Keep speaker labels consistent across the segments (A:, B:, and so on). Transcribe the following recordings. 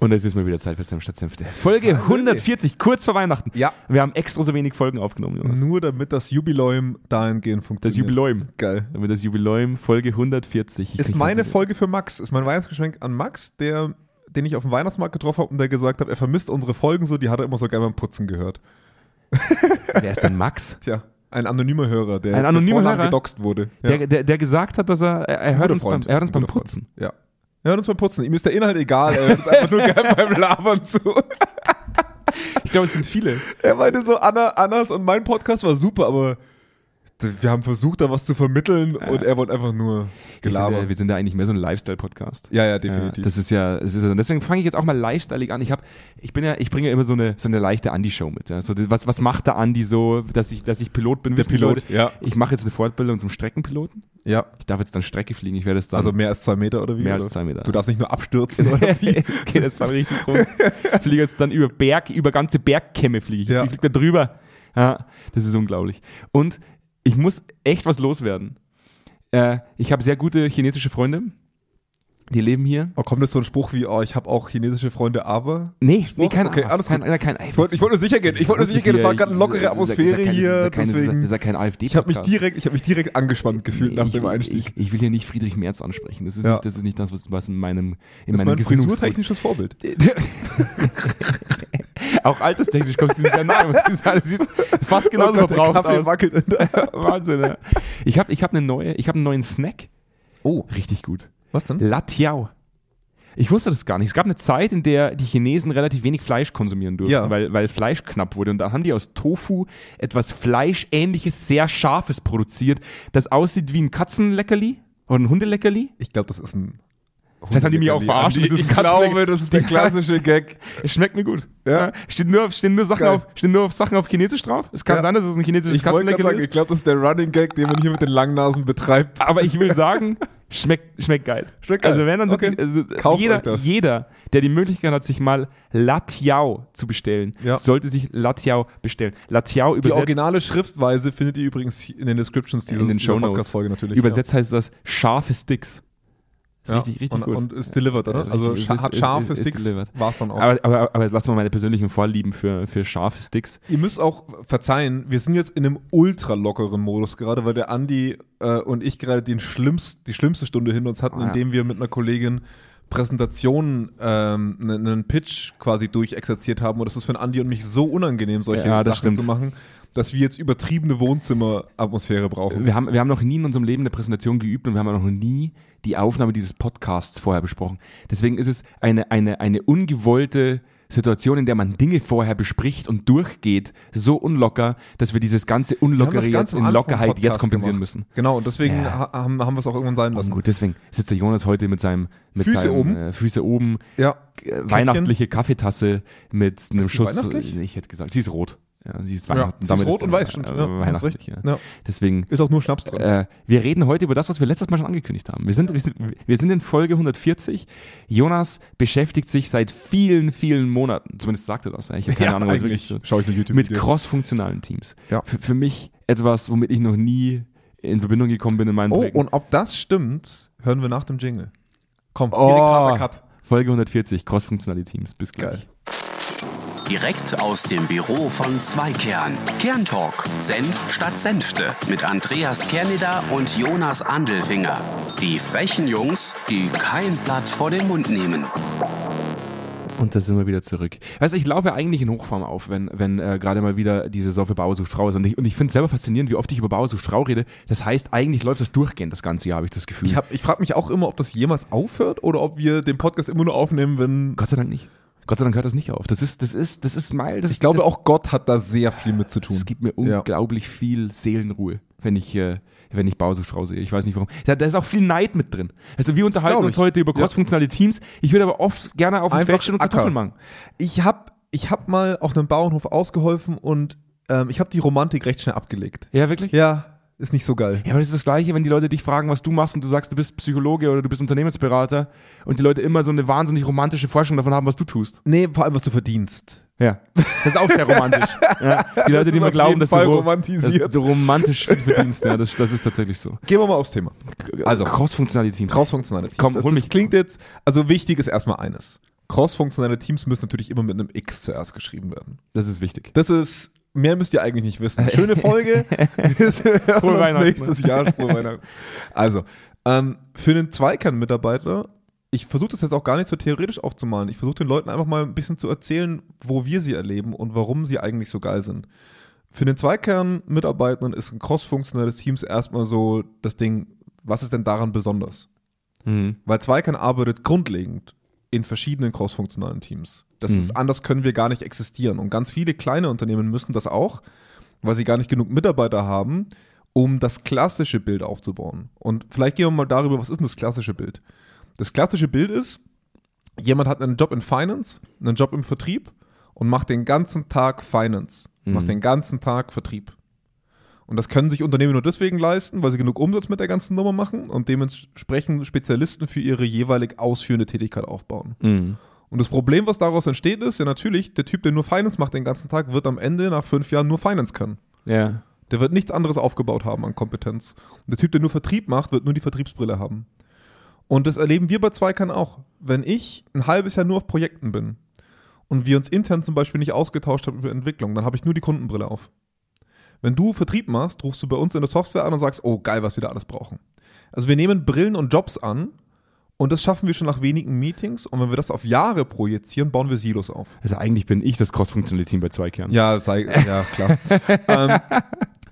A: Und es ist mal wieder Zeit für Sam statt Senf. Der Folge 140, kurz vor Weihnachten.
B: Ja.
A: Wir haben extra so wenig Folgen aufgenommen, Jonas.
B: Nur damit das Jubiläum dahingehend
A: Das
B: funktioniert.
A: Jubiläum.
B: Geil.
A: Damit das Jubiläum, Folge 140. Ich
B: Ist
A: krieg
B: meine
A: das-
B: Folge für Max. Ist mein Weihnachtsgeschenk an Max, der, den ich auf dem Weihnachtsmarkt getroffen habe und der gesagt hat, er vermisst unsere Folgen so, die hat er immer so gerne beim Putzen gehört.
A: Wer ist denn Max?
B: Tja, ein anonymer Hörer, der
A: Ein
B: jetzt mit
A: anonymer
B: Vornamen
A: Hörer?
B: gedoxt wurde. Ja.
A: Der, der, der gesagt hat, dass er, er, er hört
B: Guter
A: uns beim,
B: Freund.
A: er hört uns beim
B: Guter Freund.
A: Putzen.
B: Ja. Er hört uns beim Putzen. Ihm ist der Inhalt egal. Er hört uns einfach nur gerne beim Labern zu.
A: Ich glaube, es sind viele.
B: Er meinte so, Anna, Annas und mein Podcast war super, aber d- wir haben versucht, da was zu vermitteln und er wollte einfach nur
A: Wir sind, ja,
B: gelabert.
A: äh, wir sind ja eigentlich mehr so ein Lifestyle-Podcast.
B: Ja, ja,
A: Ja,
B: definitiv.
A: das ist ja, es ist ja deswegen fange ich jetzt auch mal lifestyleig an. Ich habe, ich bin ja, ich bringe ja immer so eine so eine leichte Andi-Show mit. Ja. So, das- was was macht der Andi so, dass ich dass ich Pilot bin?
B: Der
A: wissen
B: Pilot,
A: wollte?
B: ja.
A: Ich mache jetzt eine Fortbildung zum Streckenpiloten.
B: ja.
A: Ich darf jetzt dann Strecke fliegen. Ich werde es dann
B: Also mehr als zwei Meter oder wie?
A: Mehr
B: oder?
A: als zwei Meter.
B: Du darfst nicht nur abstürzen oder wie?
A: okay, das war richtig groß. Ich fliege jetzt dann über Berg, über ganze Bergkämme fliege ich.
B: Ja.
A: Ich fliege da drüber. Ja, das ist unglaublich. Und ich muss echt was loswerden. Äh, ich habe sehr gute chinesische Freunde. Die leben hier.
B: Oh, kommt jetzt so ein Spruch wie, oh, ich habe auch chinesische Freunde, aber.
A: Nee, nee
B: Spruch?
A: kein,
B: Okay,
A: Aber,
B: alles
A: kein,
B: gut.
A: Nein, kein, ey,
B: Ich wollte ich wollte nur sicher gehen. Ich wollte nur sicher gehen. Das war gerade eine lockere Atmosphäre hier.
A: Das ist
B: Deswegen.
A: ja kein afd
B: Ich habe mich direkt, ich habe mich direkt angespannt gefühlt nach
A: ich,
B: dem Einstieg.
A: Ich, ich will hier nicht Friedrich Merz ansprechen. Das ist,
B: Ja.
A: nicht, das ist nicht das, was, was in meinem, in
B: Das ist
A: meinem
B: mein
A: Gesinnungsgut-
B: frisurtechnisches Vorbild.
A: Auch alterstechnisch kommst du nicht sehr nahe. Was ist alles? Sieht fast
B: Oh
A: genauso
B: Gott, der
A: verbraucht
B: Kaffee
A: aus.
B: wackelt in der
A: Wahnsinn. Ja. Ich habe ich hab eine neue, ich hab einen neuen Snack.
B: Oh,
A: Richtig gut.
B: was denn?
A: Latiao. Ich wusste das gar nicht. Es gab eine Zeit, in der die Chinesen relativ wenig Fleisch konsumieren durften,
B: Ja.
A: weil, weil Fleisch knapp wurde. Und dann haben die aus Tofu etwas Fleischähnliches, sehr Scharfes produziert, das aussieht wie ein Katzenleckerli oder ein Hundeleckerli.
B: Ich glaube, das ist ein.
A: Vielleicht haben die mich auch verarscht.
B: Ich,
A: Das ist
B: ich
A: ein Katzenleck-
B: glaube, das ist der klassische Gag.
A: Es schmeckt mir gut.
B: Ja.
A: Stehen, nur auf, stehen, nur Sachen
B: Geil.
A: auf, stehen nur auf Sachen auf Chinesisch drauf. Es kann
B: Ja.
A: sein, dass es ein chinesisches
B: Ich wollte gerade
A: Katzenleckerli
B: sagen,
A: ist.
B: ich glaube, das ist der Running Gag, den man hier mit den Langnasen betreibt.
A: Aber ich will sagen, schmeckt, schmeckt geil.
B: Schmeckt geil.
A: Also wenn dann so,
B: Okay.
A: also
B: Kauft euch
A: jeder,
B: das.
A: jeder, der die Möglichkeit hat, sich mal Latiao zu bestellen,
B: Ja.
A: sollte sich Latiao bestellen. Latiao
B: Die
A: übersetzt,
B: originale Schriftweise findet ihr übrigens hier in den Descriptions dieses,
A: den
B: dieser
A: Shownotes.
B: Podcast-Folge natürlich.
A: übersetzt heißt das scharfe Sticks. Ist
B: ja.
A: richtig, richtig
B: und,
A: gut.
B: Und ist delivered, oder?
A: Ja,
B: also
A: richtig.
B: scha
A: Es ist-
B: hat
A: es-
B: scharfe
A: es ist
B: Sticks
A: delivered.
B: war es dann auch.
A: aber, aber, aber jetzt lassen wir meine persönlichen Vorlieben für, für scharfe Sticks.
B: ihr müsst auch verzeihen, wir sind jetzt in einem ultra lockeren Modus gerade, weil der Andi äh, und ich gerade den schlimmst, die schlimmste Stunde hinter uns hatten,
A: Ah, ja.
B: indem wir mit einer Kollegin Präsentationen, ähm, ne- einen Pitch quasi durchexerziert haben. Und das ist für den Andi und mich so unangenehm, solche
A: Ja, das
B: Sachen
A: stimmt.
B: zu machen, dass wir jetzt übertriebene Wohnzimmeratmosphäre brauchen.
A: Wir haben, wir haben noch nie in unserem Leben eine Präsentation geübt und wir haben auch noch nie die Aufnahme dieses Podcasts vorher besprochen. Deswegen ist es eine, eine, eine ungewollte Situation, in der man Dinge vorher bespricht und durchgeht, so unlocker, dass wir dieses ganze Unlockere
B: Wir haben das ganz
A: jetzt
B: am
A: in
B: Anfang vom
A: Lockerheit
B: Podcast
A: jetzt kompensieren
B: gemacht.
A: müssen.
B: Genau, und deswegen
A: Ja.
B: ha- haben, haben wir es auch irgendwann sein
A: Und
B: lassen.
A: gut, deswegen sitzt der Jonas heute mit seinem mit
B: Füße
A: seinem,
B: oben.
A: Äh, Füße oben,
B: Ja,
A: äh, weihnachtliche Kaffeetasse mit einem
B: die
A: Schuss.
B: weihnachtlich?
A: Ich hätte gesagt, sie ist rot. Ja, sie ist
B: ja.
A: Weihnachten.
B: Sie ist
A: Damit
B: rot und weiß,
A: äh,
B: stimmt.
A: äh,
B: Ja, hast
A: Weihnachtlich,
B: recht.
A: ja.
B: Ja.
A: Deswegen
B: Ist auch nur Schnaps drin.
A: äh, wir reden heute über das, was wir letztes Mal schon angekündigt haben. Wir sind, wir sind, wir sind in Folge 140. Jonas beschäftigt sich seit vielen, vielen Monaten, zumindest sagt er das, ja, ich habe keine Ahnung, was wirklich so,
B: schaue ich nur YouTube
A: mit cross-funktionalen Teams.
B: Ja.
A: Für, für mich etwas, womit ich noch nie in Verbindung gekommen bin in meinen
B: Oh,
A: Projekten.
B: und ob das stimmt, hören wir nach dem Jingle. Komm,
A: Oh,
B: harter Cut.
A: Folge 140, cross-funktionale Teams. Bis gleich.
B: Geil.
C: Direkt aus dem Büro von Zweikern. Kerntalk. Senf statt Senfte. Mit Andreas Kerneder und Jonas Andelfinger. Die frechen Jungs, die kein Blatt vor den Mund nehmen.
A: Und da sind wir wieder zurück. Weißt du, ich laufe eigentlich in Hochform auf, wenn, wenn äh, gerade mal wieder die Saison für Bauer sucht Frau ist. Und ich, und ich finde es selber faszinierend, wie oft ich über Bauer sucht Frau rede. Das heißt, eigentlich läuft das durchgehend das ganze Jahr, habe ich das Gefühl.
B: Ich, hab- ich frage mich auch immer, ob das jemals aufhört oder ob wir den Podcast immer nur aufnehmen, wenn.
A: Gott sei Dank nicht. Gott sei Dank hört das nicht auf. Das ist, das ist, das ist mal, das
B: Ich glaube,
A: das,
B: auch Gott hat da sehr viel mit zu tun.
A: Es gibt mir
B: Ja.
A: unglaublich viel Seelenruhe, wenn ich, äh, wenn ich Bausuchtfrau sehe. Ich weiß nicht warum. Da, da ist auch viel Neid mit drin. Also wir unterhalten
B: glaub
A: uns
B: ich.
A: heute über
B: Ja.
A: crossfunktionale Teams. Ich würde aber oft gerne auf dem
B: Einfach
A: Feld stehen und
B: Acker.
A: Kartoffeln machen.
B: Ich habe ich hab mal auf einem Bauernhof ausgeholfen und ähm, ich habe die Romantik recht schnell abgelegt.
A: Ja, wirklich?
B: Ja, ist nicht so geil.
A: Ja, aber das ist das Gleiche, wenn die Leute dich fragen, was du machst und du sagst, du bist Psychologe oder du bist Unternehmensberater und die Leute immer so eine wahnsinnig romantische Vorstellung davon haben, was du tust.
B: Nee, vor allem, was du verdienst.
A: Ja. Das ist auch sehr romantisch. ja. Die Leute,
B: ist
A: die immer
B: auf
A: glauben,
B: jeden
A: dass du,
B: Fall
A: ro-
B: romantisiert.
A: dass du romantisch viel verdienst. Ja, das, das ist tatsächlich so.
B: Gehen wir mal aufs Thema.
A: Also, cross-funktionale Teams.
B: Cross-funktionale Teams.
A: Komm,
B: das,
A: hol
B: das
A: mich.
B: klingt jetzt, also wichtig ist erstmal eines. crossfunktionale Teams müssen natürlich immer mit einem X zuerst geschrieben werden.
A: Das ist wichtig.
B: Das ist, mehr müsst ihr eigentlich nicht wissen. Schöne Folge.
A: Frohe
B: Frohe
A: Weihnachten.
B: Nächstes Jahr, frohe Weihnachten. Also, ähm, für einen Zweikern-Mitarbeiter, ich versuche das jetzt auch gar nicht so theoretisch aufzumalen. Ich versuche den Leuten einfach mal ein bisschen zu erzählen, wo wir sie erleben und warum sie eigentlich so geil sind. Für den Zweikern-Mitarbeitenden ist ein crossfunktionales Teams erstmal so das Ding, was ist denn daran besonders?
A: Mhm.
B: Weil Zweikern arbeitet grundlegend in verschiedenen crossfunktionalen Teams. Das
A: Mhm.
B: ist, anders können wir gar nicht existieren. Und ganz viele kleine Unternehmen müssen das auch, weil sie gar nicht genug Mitarbeiter haben, um das klassische Bild aufzubauen. Und vielleicht gehen wir mal darüber, was ist denn das klassische Bild? Das klassische Bild ist, jemand hat einen Job in Finance, einen Job im Vertrieb und macht den ganzen Tag Finance,
A: Mhm.
B: macht den ganzen Tag Vertrieb. Und das können sich Unternehmen nur deswegen leisten, weil sie genug Umsatz mit der ganzen Nummer machen und dementsprechend Spezialisten für ihre jeweilig ausführende Tätigkeit aufbauen.
A: Mhm.
B: Und das Problem, was daraus entsteht, ist ja natürlich, der Typ, der nur Finance macht den ganzen Tag, wird am Ende nach fünf Jahren nur Finance können.
A: Ja.
B: Der wird nichts anderes aufgebaut haben an Kompetenz. Und der Typ, der nur Vertrieb macht, wird nur die Vertriebsbrille haben. Und das erleben wir bei Zweikern auch. Wenn ich ein halbes Jahr nur auf Projekten bin und wir uns intern zum Beispiel nicht ausgetauscht haben über Entwicklung, dann habe ich nur die Kundenbrille auf. Wenn du Vertrieb machst, rufst du bei uns in der Software an und sagst, oh geil, was wir da alles brauchen. Also wir nehmen Brillen und Jobs an und das schaffen wir schon nach wenigen Meetings und wenn wir das auf Jahre projizieren, bauen wir Silos auf.
A: Also eigentlich bin ich das crossfunktionale Team bei Zweikern.
B: Ja, sei, ja klar. ähm,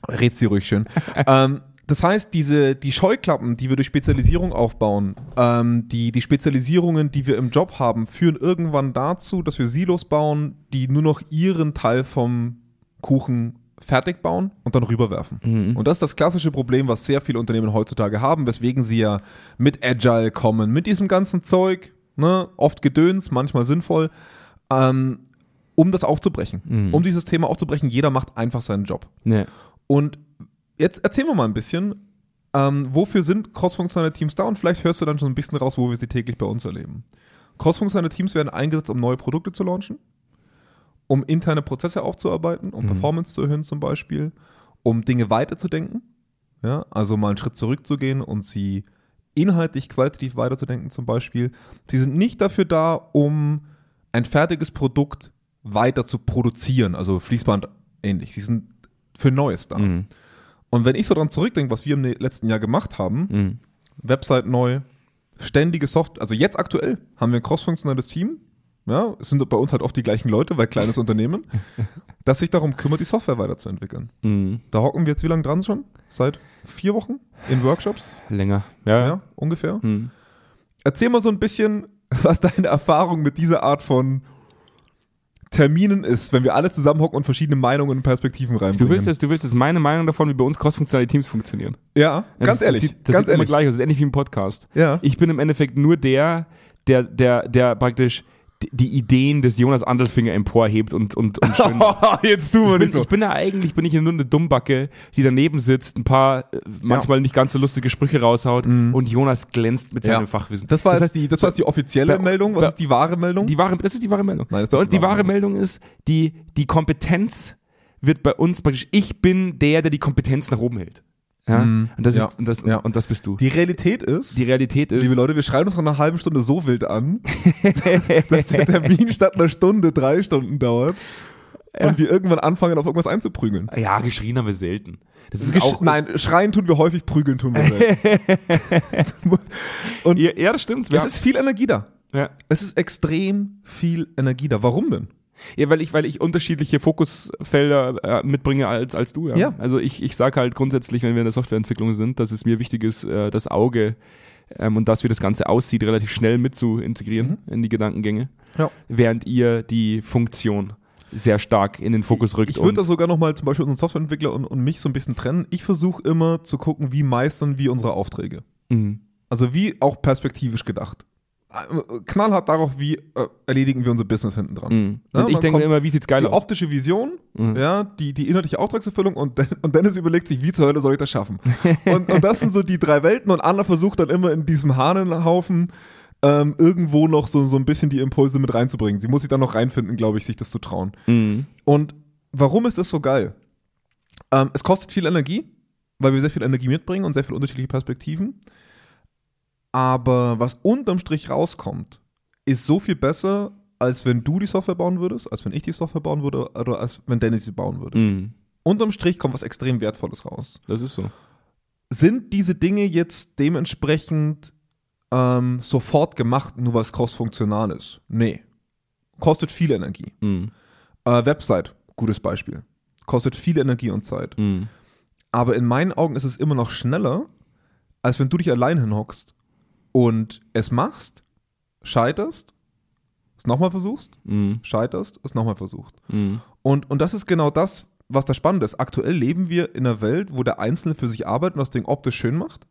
B: redst dir ruhig schön. Ähm, das heißt, diese, die Scheuklappen, die wir durch Spezialisierung aufbauen, ähm, die, die Spezialisierungen, die wir im Job haben, führen irgendwann dazu, dass wir Silos bauen, die nur noch ihren Teil vom Kuchen fertig bauen und dann rüberwerfen.
A: Mhm.
B: Und das ist das klassische Problem, was sehr viele Unternehmen heutzutage haben, weswegen sie ja mit Agile kommen, mit diesem ganzen Zeug, ne, oft Gedöns, manchmal sinnvoll, ähm, um das aufzubrechen,
A: Mhm.
B: um dieses Thema aufzubrechen. Jeder macht einfach seinen Job.
A: Ja.
B: Und jetzt erzählen wir mal ein bisschen, ähm, wofür sind crossfunktionale Teams da und vielleicht hörst du dann schon ein bisschen raus, wo wir sie täglich bei uns erleben. Crossfunktionale Teams werden eingesetzt, um neue Produkte zu launchen, um interne Prozesse aufzuarbeiten, um
A: Mhm.
B: Performance zu erhöhen zum Beispiel, um Dinge weiterzudenken, ja, also mal einen Schritt zurückzugehen und sie inhaltlich qualitativ weiterzudenken zum Beispiel. Sie sind nicht dafür da, um ein fertiges Produkt weiter zu produzieren, also Fließband ähnlich. Sie sind für Neues da.
A: Mhm.
B: Und wenn ich so dran zurückdenke, was wir im ne-, letzten Jahr gemacht haben,
A: Mhm.
B: Website neu, ständige Software, also jetzt aktuell haben wir ein crossfunktionales Team, ja, es sind bei uns halt oft die gleichen Leute, weil kleines Unternehmen, das sich darum kümmert, die Software weiterzuentwickeln.
A: Mhm.
B: Da hocken wir jetzt wie lange dran schon? Seit vier Wochen in Workshops,
A: Länger. Ja.
B: ja,
A: ja.
B: ungefähr.
A: Mhm.
B: Erzähl mal so ein bisschen, was deine Erfahrung mit dieser Art von Terminen ist, wenn wir alle zusammenhocken und verschiedene Meinungen und Perspektiven reinbringen.
A: Du willst jetzt, du willst jetzt meine Meinung davon, wie bei uns crossfunktionale Teams funktionieren.
B: ja,
A: Ja,
B: ganz
A: das,
B: ehrlich,
A: das sieht, das
B: ganz
A: sieht immer
B: ehrlich.
A: gleich aus. Das ist ähnlich wie ein Podcast.
B: Ja.
A: Ich bin im Endeffekt nur der, der, der, der praktisch die- die Ideen des Jonas Andelfinger emporhebt und, und, und schön
B: jetzt tun wir
A: Ich
B: nicht
A: bin,
B: so.
A: ich bin ja eigentlich bin ich nur eine Dummbacke, die daneben sitzt, ein paar äh, manchmal nicht ganz so lustige Sprüche raushaut und Jonas glänzt mit seinem
B: Mhm. Ja.
A: Fachwissen.
B: Das war,
A: das
B: jetzt die, das war jetzt die offizielle
A: bei-
B: Meldung. Was
A: bei-
B: ist die wahre Meldung?
A: die wahre, das ist die wahre Meldung.
B: Nein, das ist
A: bei
B: doch
A: uns die wahre Meldung ist, die, die Kompetenz wird bei uns praktisch, ich bin der, der die Kompetenz nach oben hält. Ja?
B: Mhm.
A: Und, das
B: Ja.
A: Ist, und, das,
B: Ja.
A: und das bist du. Die,
B: Die Realität ist,
A: Realität ist,
B: liebe Leute, wir schreiben uns nach einer halben Stunde so wild an, dass der Termin statt einer Stunde drei Stunden dauert und wir irgendwann anfangen, auf irgendwas einzuprügeln.
A: ja, geschrien haben wir selten. Das ist
B: Gesch-
A: auch,
B: Nein, schreien tun wir häufig, prügeln tun wir selten. und
A: Ja, ja, das stimmt. Wir
B: es ist viel Energie da.
A: ja.
B: Es ist extrem viel Energie da. Warum denn?
A: Ja, weil ich, weil ich unterschiedliche Fokusfelder äh, mitbringe als, als du, ja.
B: Ja.
A: Also ich, ich sage halt grundsätzlich, wenn wir in der Softwareentwicklung sind, dass es mir wichtig ist, äh, das Auge ähm, und das, wie das Ganze aussieht, relativ schnell mit zu integrieren in die Gedankengänge.
B: Ja.
A: Während ihr die Funktion sehr stark in den Fokus rückt.
B: Ich würde da
A: und-
B: sogar nochmal zum Beispiel unseren Softwareentwickler und, und mich so ein bisschen trennen. Ich versuche immer zu gucken, wie meistern wir unsere Aufträge.
A: Mhm.
B: Also wie auch perspektivisch gedacht. Äh, Knallhart darauf, wie äh, erledigen wir unser Business hinten dran.
A: Mhm.
B: Ja,
A: und ich
B: man
A: denke
B: kommt-
A: immer, wie sieht's geil
B: Die
A: aus?
B: optische Vision,
A: Mhm.
B: ja, die, die inhaltliche Auftragserfüllung und, Den- und Dennis überlegt sich, wie zur Hölle soll ich das schaffen? Und, und das sind so die drei Welten und Anna versucht dann immer in diesem Hahnenhaufen ähm, irgendwo noch so, so ein bisschen die Impulse mit reinzubringen. Sie muss sich dann noch reinfinden, glaube ich, sich das zu trauen.
A: Mhm.
B: Und warum ist das so geil? Ähm, es kostet viel Energie, weil wir sehr viel Energie mitbringen und sehr viele unterschiedliche Perspektiven. Aber was unterm Strich rauskommt, ist so viel besser, als wenn du die Software bauen würdest, als wenn ich die Software bauen würde oder als wenn Dennis sie bauen würde.
A: Mhm.
B: Unterm Strich kommt was extrem Wertvolles raus.
A: Das ist so.
B: Sind diese Dinge jetzt dementsprechend ähm, sofort gemacht, nur weil es cross-funktional ist? Nee. Kostet viel Energie.
A: Mhm.
B: Äh, Website, gutes Beispiel. Kostet viel Energie und Zeit.
A: Mhm.
B: Aber in meinen Augen ist es immer noch schneller, als wenn du dich allein hinhockst und es machst, scheiterst, es nochmal versuchst,
A: Mhm.
B: scheiterst, es nochmal versucht.
A: Mhm.
B: Und, und das ist genau das, was das Spannende ist. Aktuell leben wir in einer Welt, wo der Einzelne für sich arbeitet und das Ding optisch schön macht,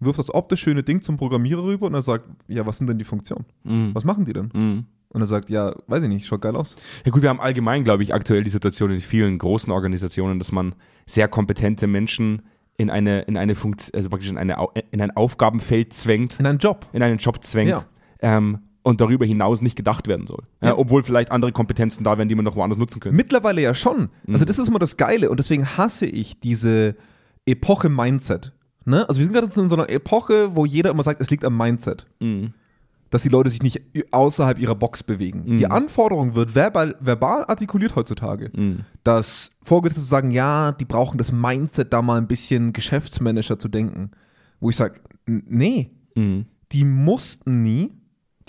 B: wirft das optisch schöne Ding zum Programmierer rüber und er sagt, ja, was sind denn die Funktionen?
A: Mhm.
B: Was machen die denn?
A: Mhm.
B: Und er sagt, ja, weiß ich nicht, schaut geil aus.
A: Ja gut, wir haben allgemein, glaube ich, aktuell die Situation in vielen großen Organisationen, dass man sehr kompetente Menschen in eine, in eine Funktion, also praktisch in, eine, Au- in ein Aufgabenfeld zwängt,
B: In einen Job.
A: in einen Job zwängt
B: Ja.
A: ähm, und darüber hinaus nicht gedacht werden soll. Ja,
B: Ja.
A: Obwohl vielleicht andere Kompetenzen da wären, die man noch woanders nutzen könnte.
B: Mittlerweile ja schon. Also das ist immer das Geile und deswegen hasse ich diese Epoche Mindset. Ne? Also wir sind gerade in so einer Epoche, wo jeder immer sagt, es liegt am Mindset.
A: Mhm.
B: Dass die Leute sich nicht außerhalb ihrer Box bewegen. Die Anforderung wird verbal, verbal artikuliert heutzutage.
A: Mhm.
B: Dass Vorgesetzte sagen, ja, die brauchen das Mindset, da mal ein bisschen Geschäftsmanager zu denken. Wo ich sage, nee,
A: Mhm.
B: die mussten nie,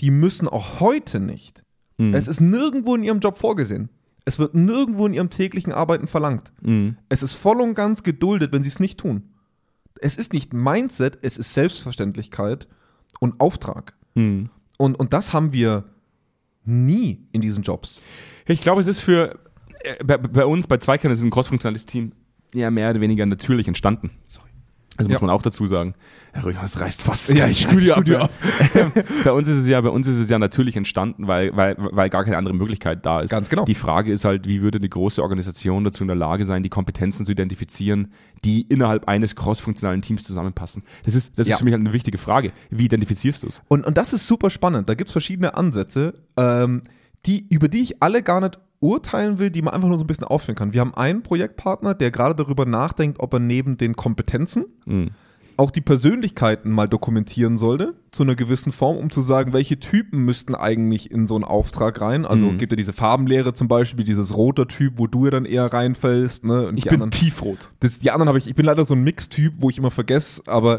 B: die müssen auch heute nicht.
A: Mhm. Hm.
B: Es ist nirgendwo in ihrem Job vorgesehen. Es wird nirgendwo in ihrem täglichen Arbeiten verlangt.
A: Mhm.
B: Es ist voll und ganz geduldet, wenn sie es nicht tun. Es ist nicht Mindset, es ist Selbstverständlichkeit und Auftrag.
A: Mhm.
B: Und, und das haben wir nie in diesen Jobs.
A: Ich glaube, es ist für äh, bei, bei uns, bei Zweikern, ist es ein crossfunktionales Team ja mehr oder weniger natürlich entstanden. Sorry. Das muss
B: Ja.
A: man auch dazu sagen. Herr Röhner, das reißt fast
B: Ja,
A: das
B: ich
A: ganze
B: reiß Studio
A: ja. bei uns ist es ja, bei uns ist es ja natürlich entstanden, weil, weil, weil gar keine andere Möglichkeit da ist.
B: Ganz genau.
A: Die Frage ist halt, wie würde eine große Organisation dazu in der Lage sein, die Kompetenzen zu identifizieren, die innerhalb eines crossfunktionalen Teams zusammenpassen? Das ist, das
B: Ja.
A: ist für mich halt eine wichtige Frage. Wie identifizierst du es?
B: Und, und das ist super spannend. Da gibt es verschiedene Ansätze, ähm, die, über die ich alle gar nicht urteilen will, die man einfach nur so ein bisschen aufführen kann. Wir haben einen Projektpartner, der gerade darüber nachdenkt, ob er neben den Kompetenzen
A: Mhm.
B: auch die Persönlichkeiten mal dokumentieren sollte, zu einer gewissen Form, um zu sagen, welche Typen müssten eigentlich in so einen Auftrag rein. Also
A: Mhm.
B: gibt ja diese Farbenlehre zum Beispiel, dieses roter Typ, wo du ja dann eher reinfällst. Ne? Und die anderen,
A: tiefrot.
B: das, die anderen habe ich, ich bin leider so ein Mix-Typ, wo ich immer vergesse, aber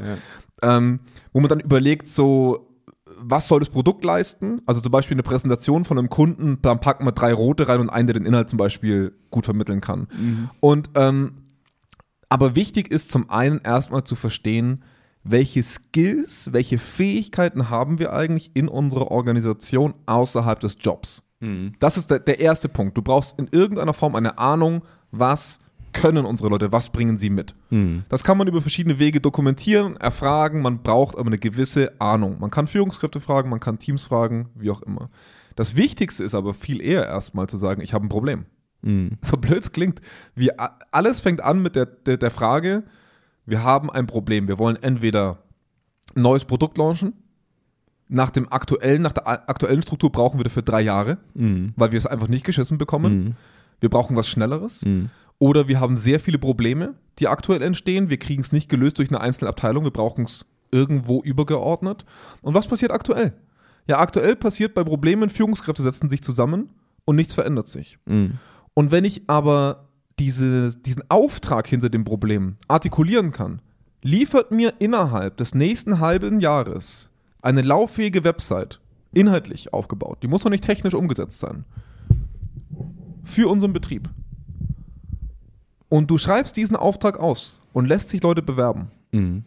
B: ähm, wo man dann überlegt, so, was soll das Produkt leisten? Also zum Beispiel eine Präsentation von einem Kunden, dann packen wir drei rote rein und einen, der den Inhalt zum Beispiel gut vermitteln kann. Und ähm, aber wichtig ist zum einen erstmal zu verstehen, welche Skills, welche Fähigkeiten haben wir eigentlich in unserer Organisation außerhalb des Jobs?
A: Mhm.
B: Das ist der, der erste Punkt. Du brauchst in irgendeiner Form eine Ahnung, was können unsere Leute, was bringen sie mit.
A: Mhm.
B: Das kann man über verschiedene Wege dokumentieren, erfragen, man braucht aber eine gewisse Ahnung. Man kann Führungskräfte fragen, man kann Teams fragen, wie auch immer. Das Wichtigste ist aber viel eher erstmal zu sagen, ich habe ein Problem.
A: Mhm.
B: So blöd es klingt. Wir, a- alles fängt an mit der, der, der Frage, wir haben ein Problem. Wir wollen entweder ein neues Produkt launchen, nach dem aktuellen, nach der a- aktuellen Struktur brauchen wir dafür drei Jahre,
A: Mhm.
B: weil wir es einfach nicht geschissen bekommen.
A: Mhm.
B: Wir brauchen was Schnelleres.
A: Mhm.
B: Oder wir haben sehr viele Probleme, die aktuell entstehen. Wir kriegen es nicht gelöst durch eine einzelne Abteilung. Wir brauchen es irgendwo übergeordnet. Und was passiert aktuell? Ja, aktuell passiert bei Problemen, Führungskräfte setzen sich zusammen und nichts verändert sich.
A: Mhm.
B: Und wenn ich aber diese, diesen Auftrag hinter dem Problem artikulieren kann, liefert mir innerhalb des nächsten halben Jahres eine lauffähige Website, inhaltlich aufgebaut, die muss noch nicht technisch umgesetzt sein, für unseren Betrieb. Und du schreibst diesen Auftrag aus und lässt sich Leute bewerben.
A: Mhm.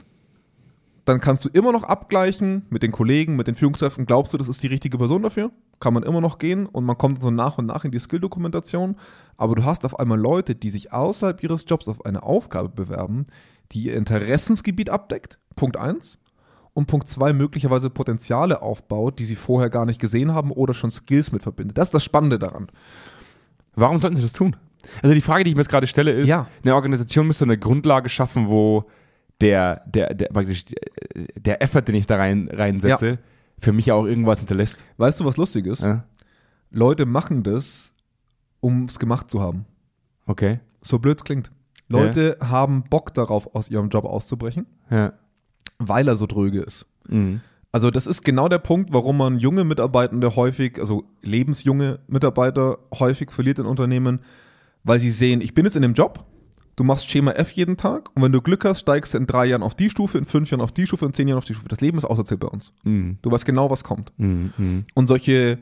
B: Dann kannst du immer noch abgleichen mit den Kollegen, mit den Führungskräften. Glaubst du, das ist die richtige Person dafür? Kann man immer noch gehen und man kommt so nach und nach in die Skill-Dokumentation. Aber du hast auf einmal Leute, die sich außerhalb ihres Jobs auf eine Aufgabe bewerben, die ihr Interessensgebiet abdeckt. Punkt eins Und Punkt zwei möglicherweise Potenziale aufbaut, die sie vorher gar nicht gesehen haben oder schon Skills mit verbindet. Das ist das Spannende daran.
A: Warum sollten sie das tun? Also die Frage, die ich mir jetzt gerade stelle, ist,
B: Ja.
A: eine Organisation müsste eine Grundlage schaffen, wo der, der, der, praktisch äh, der Effort, den ich da rein, reinsetze, für mich auch irgendwas hinterlässt.
B: Weißt du, was lustig ist?
A: Ja?
B: Leute machen das, um es gemacht zu haben.
A: Okay.
B: So blöd es klingt. Leute haben Bock darauf, aus ihrem Job auszubrechen,
A: Ja.
B: weil er so dröge ist.
A: Mhm.
B: Also das ist genau der Punkt, warum man junge Mitarbeitende häufig, also lebensjunge Mitarbeiter häufig verliert in Unternehmen, weil sie sehen, ich bin jetzt in dem Job, du machst Schema F jeden Tag und wenn du Glück hast, steigst du in drei Jahren auf die Stufe, in fünf Jahren auf die Stufe, in zehn Jahren auf die Stufe. Das Leben ist auserzählt bei uns.
A: Mhm.
B: Du weißt genau, was kommt.
A: Mhm. Mhm.
B: Und solche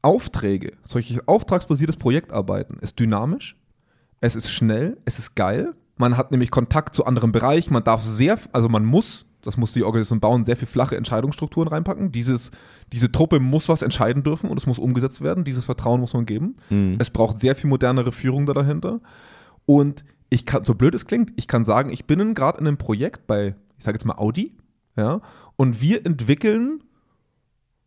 B: Aufträge, solches auftragsbasiertes Projektarbeiten ist dynamisch, es ist schnell, es ist geil. Man hat nämlich Kontakt zu anderen Bereichen, man darf sehr, also man muss, das muss die Organisation bauen, sehr viel flache Entscheidungsstrukturen reinpacken. Dieses, diese Truppe muss was entscheiden dürfen und es muss umgesetzt werden. Dieses Vertrauen muss man geben.
A: Mhm.
B: Es braucht sehr viel modernere Führung da dahinter. Und ich kann, so blöd es klingt, ich kann sagen, ich bin gerade in einem Projekt bei, ich sage jetzt mal Audi, ja, und wir entwickeln,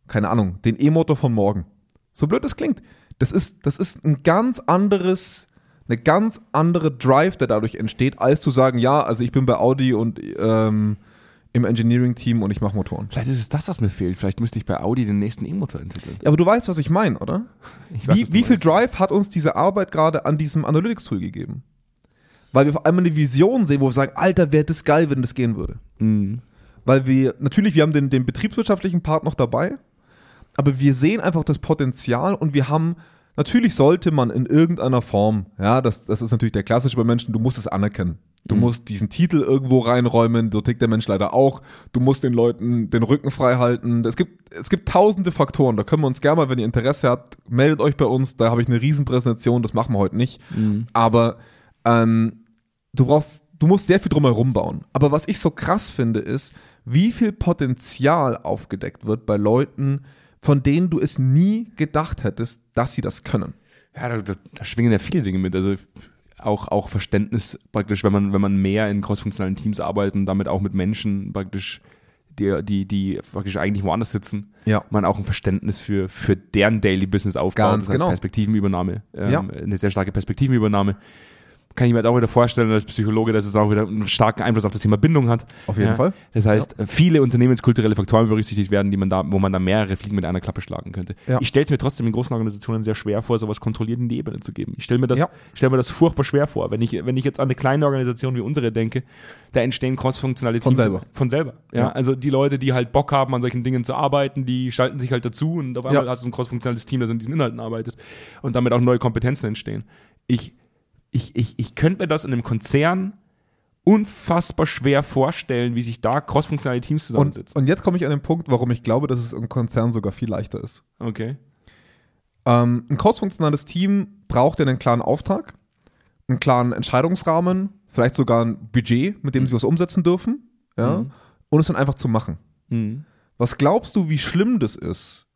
B: keine Ahnung, den E-Motor von morgen. So blöd es klingt. Das ist, das ist ein ganz anderes, eine ganz andere Drive, der dadurch entsteht, als zu sagen, ja, also ich bin bei Audi und ähm, im Engineering-Team und ich mache Motoren.
A: Vielleicht ist es das, was mir fehlt. Vielleicht müsste ich bei Audi den nächsten E-Motor entwickeln.
B: Ja, aber du weißt, was ich meine, oder?
A: Ich weiß, was
B: Wie,
A: du
B: wie viel
A: meinst.
B: Drive hat uns diese Arbeit gerade an diesem Analytics-Tool gegeben? Weil wir vor allem eine Vision sehen, wo wir sagen, Alter, wäre das geil, wenn das gehen würde.
A: Mhm.
B: Weil wir, natürlich, wir haben den, den betriebswirtschaftlichen Part noch dabei, aber wir sehen einfach das Potenzial und wir haben, natürlich sollte man in irgendeiner Form, ja, das, das ist natürlich der klassische bei Menschen, du musst es anerkennen. Du musst diesen Titel irgendwo reinräumen, so tickt der Mensch leider auch. Du musst den Leuten den Rücken frei halten. Es gibt, es gibt tausende Faktoren, da können wir uns gerne mal, wenn ihr Interesse habt, meldet euch bei uns, da habe ich eine Riesenpräsentation, das machen wir heute nicht. Aber ähm, du brauchst, du musst sehr viel drumherum bauen. Aber was ich so krass finde, ist, wie viel Potenzial aufgedeckt wird bei Leuten, von denen du es nie gedacht hättest, dass sie das können.
A: Ja, da, da, da schwingen ja viele Dinge mit. Also auch, auch Verständnis praktisch, wenn man, wenn man mehr in crossfunktionalen Teams arbeitet und damit auch mit Menschen praktisch, die, die, die praktisch eigentlich woanders sitzen,
B: Ja.
A: man auch ein Verständnis für, für deren Daily Business aufbaut.
B: Ganz
A: das heißt
B: genau.
A: Perspektivenübernahme. Ähm,
B: Ja.
A: Eine sehr starke Perspektivenübernahme. Kann ich mir jetzt auch wieder vorstellen, als Psychologe, dass es auch wieder einen starken Einfluss auf das Thema Bindung hat.
B: Auf jeden
A: ja.
B: Fall.
A: Das heißt, viele unternehmenskulturelle Faktoren berücksichtigt werden, die man da, wo man da mehrere Fliegen mit einer Klappe schlagen könnte.
B: Ja.
A: Ich stelle es mir trotzdem in großen Organisationen sehr schwer vor, sowas kontrolliert in die Ebene zu geben. Ich stelle mir, das-
B: Ja.
A: ich stell mir das furchtbar schwer vor. Wenn ich, wenn ich jetzt an eine kleine Organisation wie unsere denke, da entstehen crossfunktionale
B: Von
A: Teams
B: selber.
A: Von selber. Ja?
B: Ja.
A: Also die Leute, die halt Bock haben, an solchen Dingen zu arbeiten, die schalten sich halt dazu und auf einmal
B: Ja.
A: hast du ein crossfunktionales Team, das an diesen Inhalten arbeitet und damit auch neue Kompetenzen entstehen. Ich, ich, ich, ich könnte mir das in einem Konzern unfassbar schwer vorstellen, wie sich da crossfunktionale Teams
B: Und,
A: zusammensitzen.
B: und jetzt komme ich an den Punkt, warum ich glaube, dass es im Konzern sogar viel leichter ist.
A: okay.
B: Ähm, ein crossfunktionales Team braucht ja einen klaren Auftrag, einen klaren Entscheidungsrahmen, vielleicht sogar ein Budget, mit dem sie was umsetzen dürfen, ja,
A: Mhm.
B: und es dann einfach zu machen.
A: Mhm.
B: Was glaubst du, wie schlimm das ist,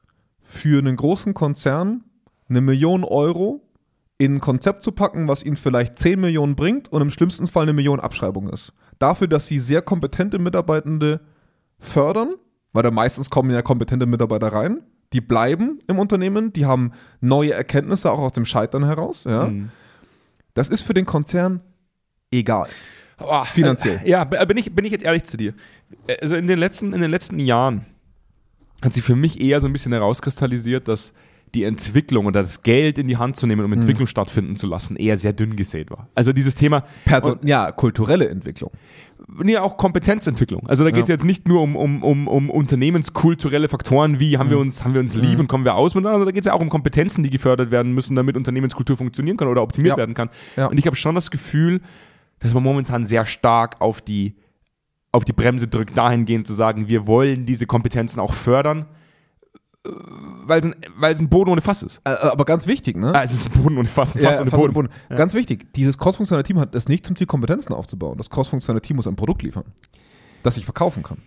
B: für einen großen Konzern eine Million Euro in ein Konzept zu packen, was ihnen vielleicht 10 Millionen bringt und im schlimmsten Fall eine Million Abschreibung ist? Dafür, dass sie sehr kompetente Mitarbeitende fördern, weil da meistens kommen ja kompetente Mitarbeiter rein, die bleiben im Unternehmen, die haben neue Erkenntnisse auch aus dem Scheitern heraus. Ja?
A: Mhm.
B: Das ist für den Konzern egal.
A: Boah,
B: Finanziell.
A: äh, Ja, b- bin ich, bin ich jetzt ehrlich zu dir. Äh, Also in den letzten, in den letzten Jahren hat sich für mich eher so ein bisschen herauskristallisiert, dass die Entwicklung oder das Geld in die Hand zu nehmen, um Entwicklung stattfinden zu lassen, eher sehr dünn gesät war. Also dieses Thema
B: Person ja, kulturelle Entwicklung.
A: nee, auch Kompetenzentwicklung. Also da geht es jetzt nicht nur um, um, um, um unternehmenskulturelle Faktoren, wie
B: Mhm.
A: haben wir uns, haben wir uns lieb und kommen wir aus miteinander, sondern da geht es ja auch um Kompetenzen, die gefördert werden müssen, damit Unternehmenskultur funktionieren kann oder optimiert
B: Ja.
A: werden kann.
B: Ja.
A: Und ich habe schon das Gefühl, dass man momentan sehr stark auf die, auf die Bremse drückt, dahingehend zu sagen, wir wollen diese Kompetenzen auch fördern, äh, weil es ein, weil es ein Boden ohne Fass ist.
B: Äh, Aber ganz wichtig, ne?
A: Ah, es ist ein Boden ohne Fass, ein
B: Ja,
A: Fass ohne
B: Fass
A: Boden.
B: Boden. Ganz wichtig, dieses crossfunktionale Team hat es nicht zum Ziel, Kompetenzen aufzubauen. Das crossfunktionale Team muss ein Produkt liefern, das ich verkaufen kann.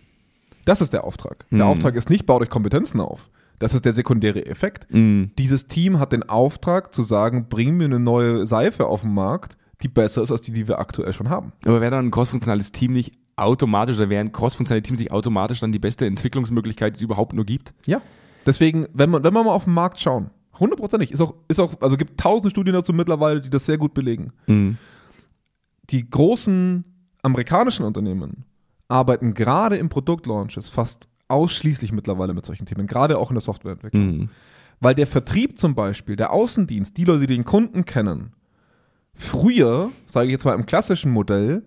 B: Das ist der Auftrag. Der
A: Mhm.
B: Auftrag ist nicht, baut euch Kompetenzen auf. Das ist der sekundäre Effekt.
A: Mhm.
B: Dieses Team hat den Auftrag zu sagen, bring mir eine neue Seife auf den Markt, die besser ist als die, die wir aktuell schon haben.
A: Aber wäre dann ein crossfunktionales Team nicht automatisch, oder wäre ein crossfunktionales Team sich automatisch dann die beste Entwicklungsmöglichkeit, die es überhaupt nur gibt?
B: Ja. Deswegen, wenn man, wenn man mal auf den Markt schauen, hundertprozentig, ist auch, ist auch, also gibt tausend Studien dazu mittlerweile, die das sehr gut belegen. die großen amerikanischen Unternehmen arbeiten gerade im Produktlaunches fast ausschließlich mittlerweile mit solchen Themen, gerade auch in der
A: Mhm.
B: Softwareentwicklung. Weil der Vertrieb zum Beispiel, der Außendienst, die Leute, die den Kunden kennen, früher, sage ich jetzt mal im klassischen Modell,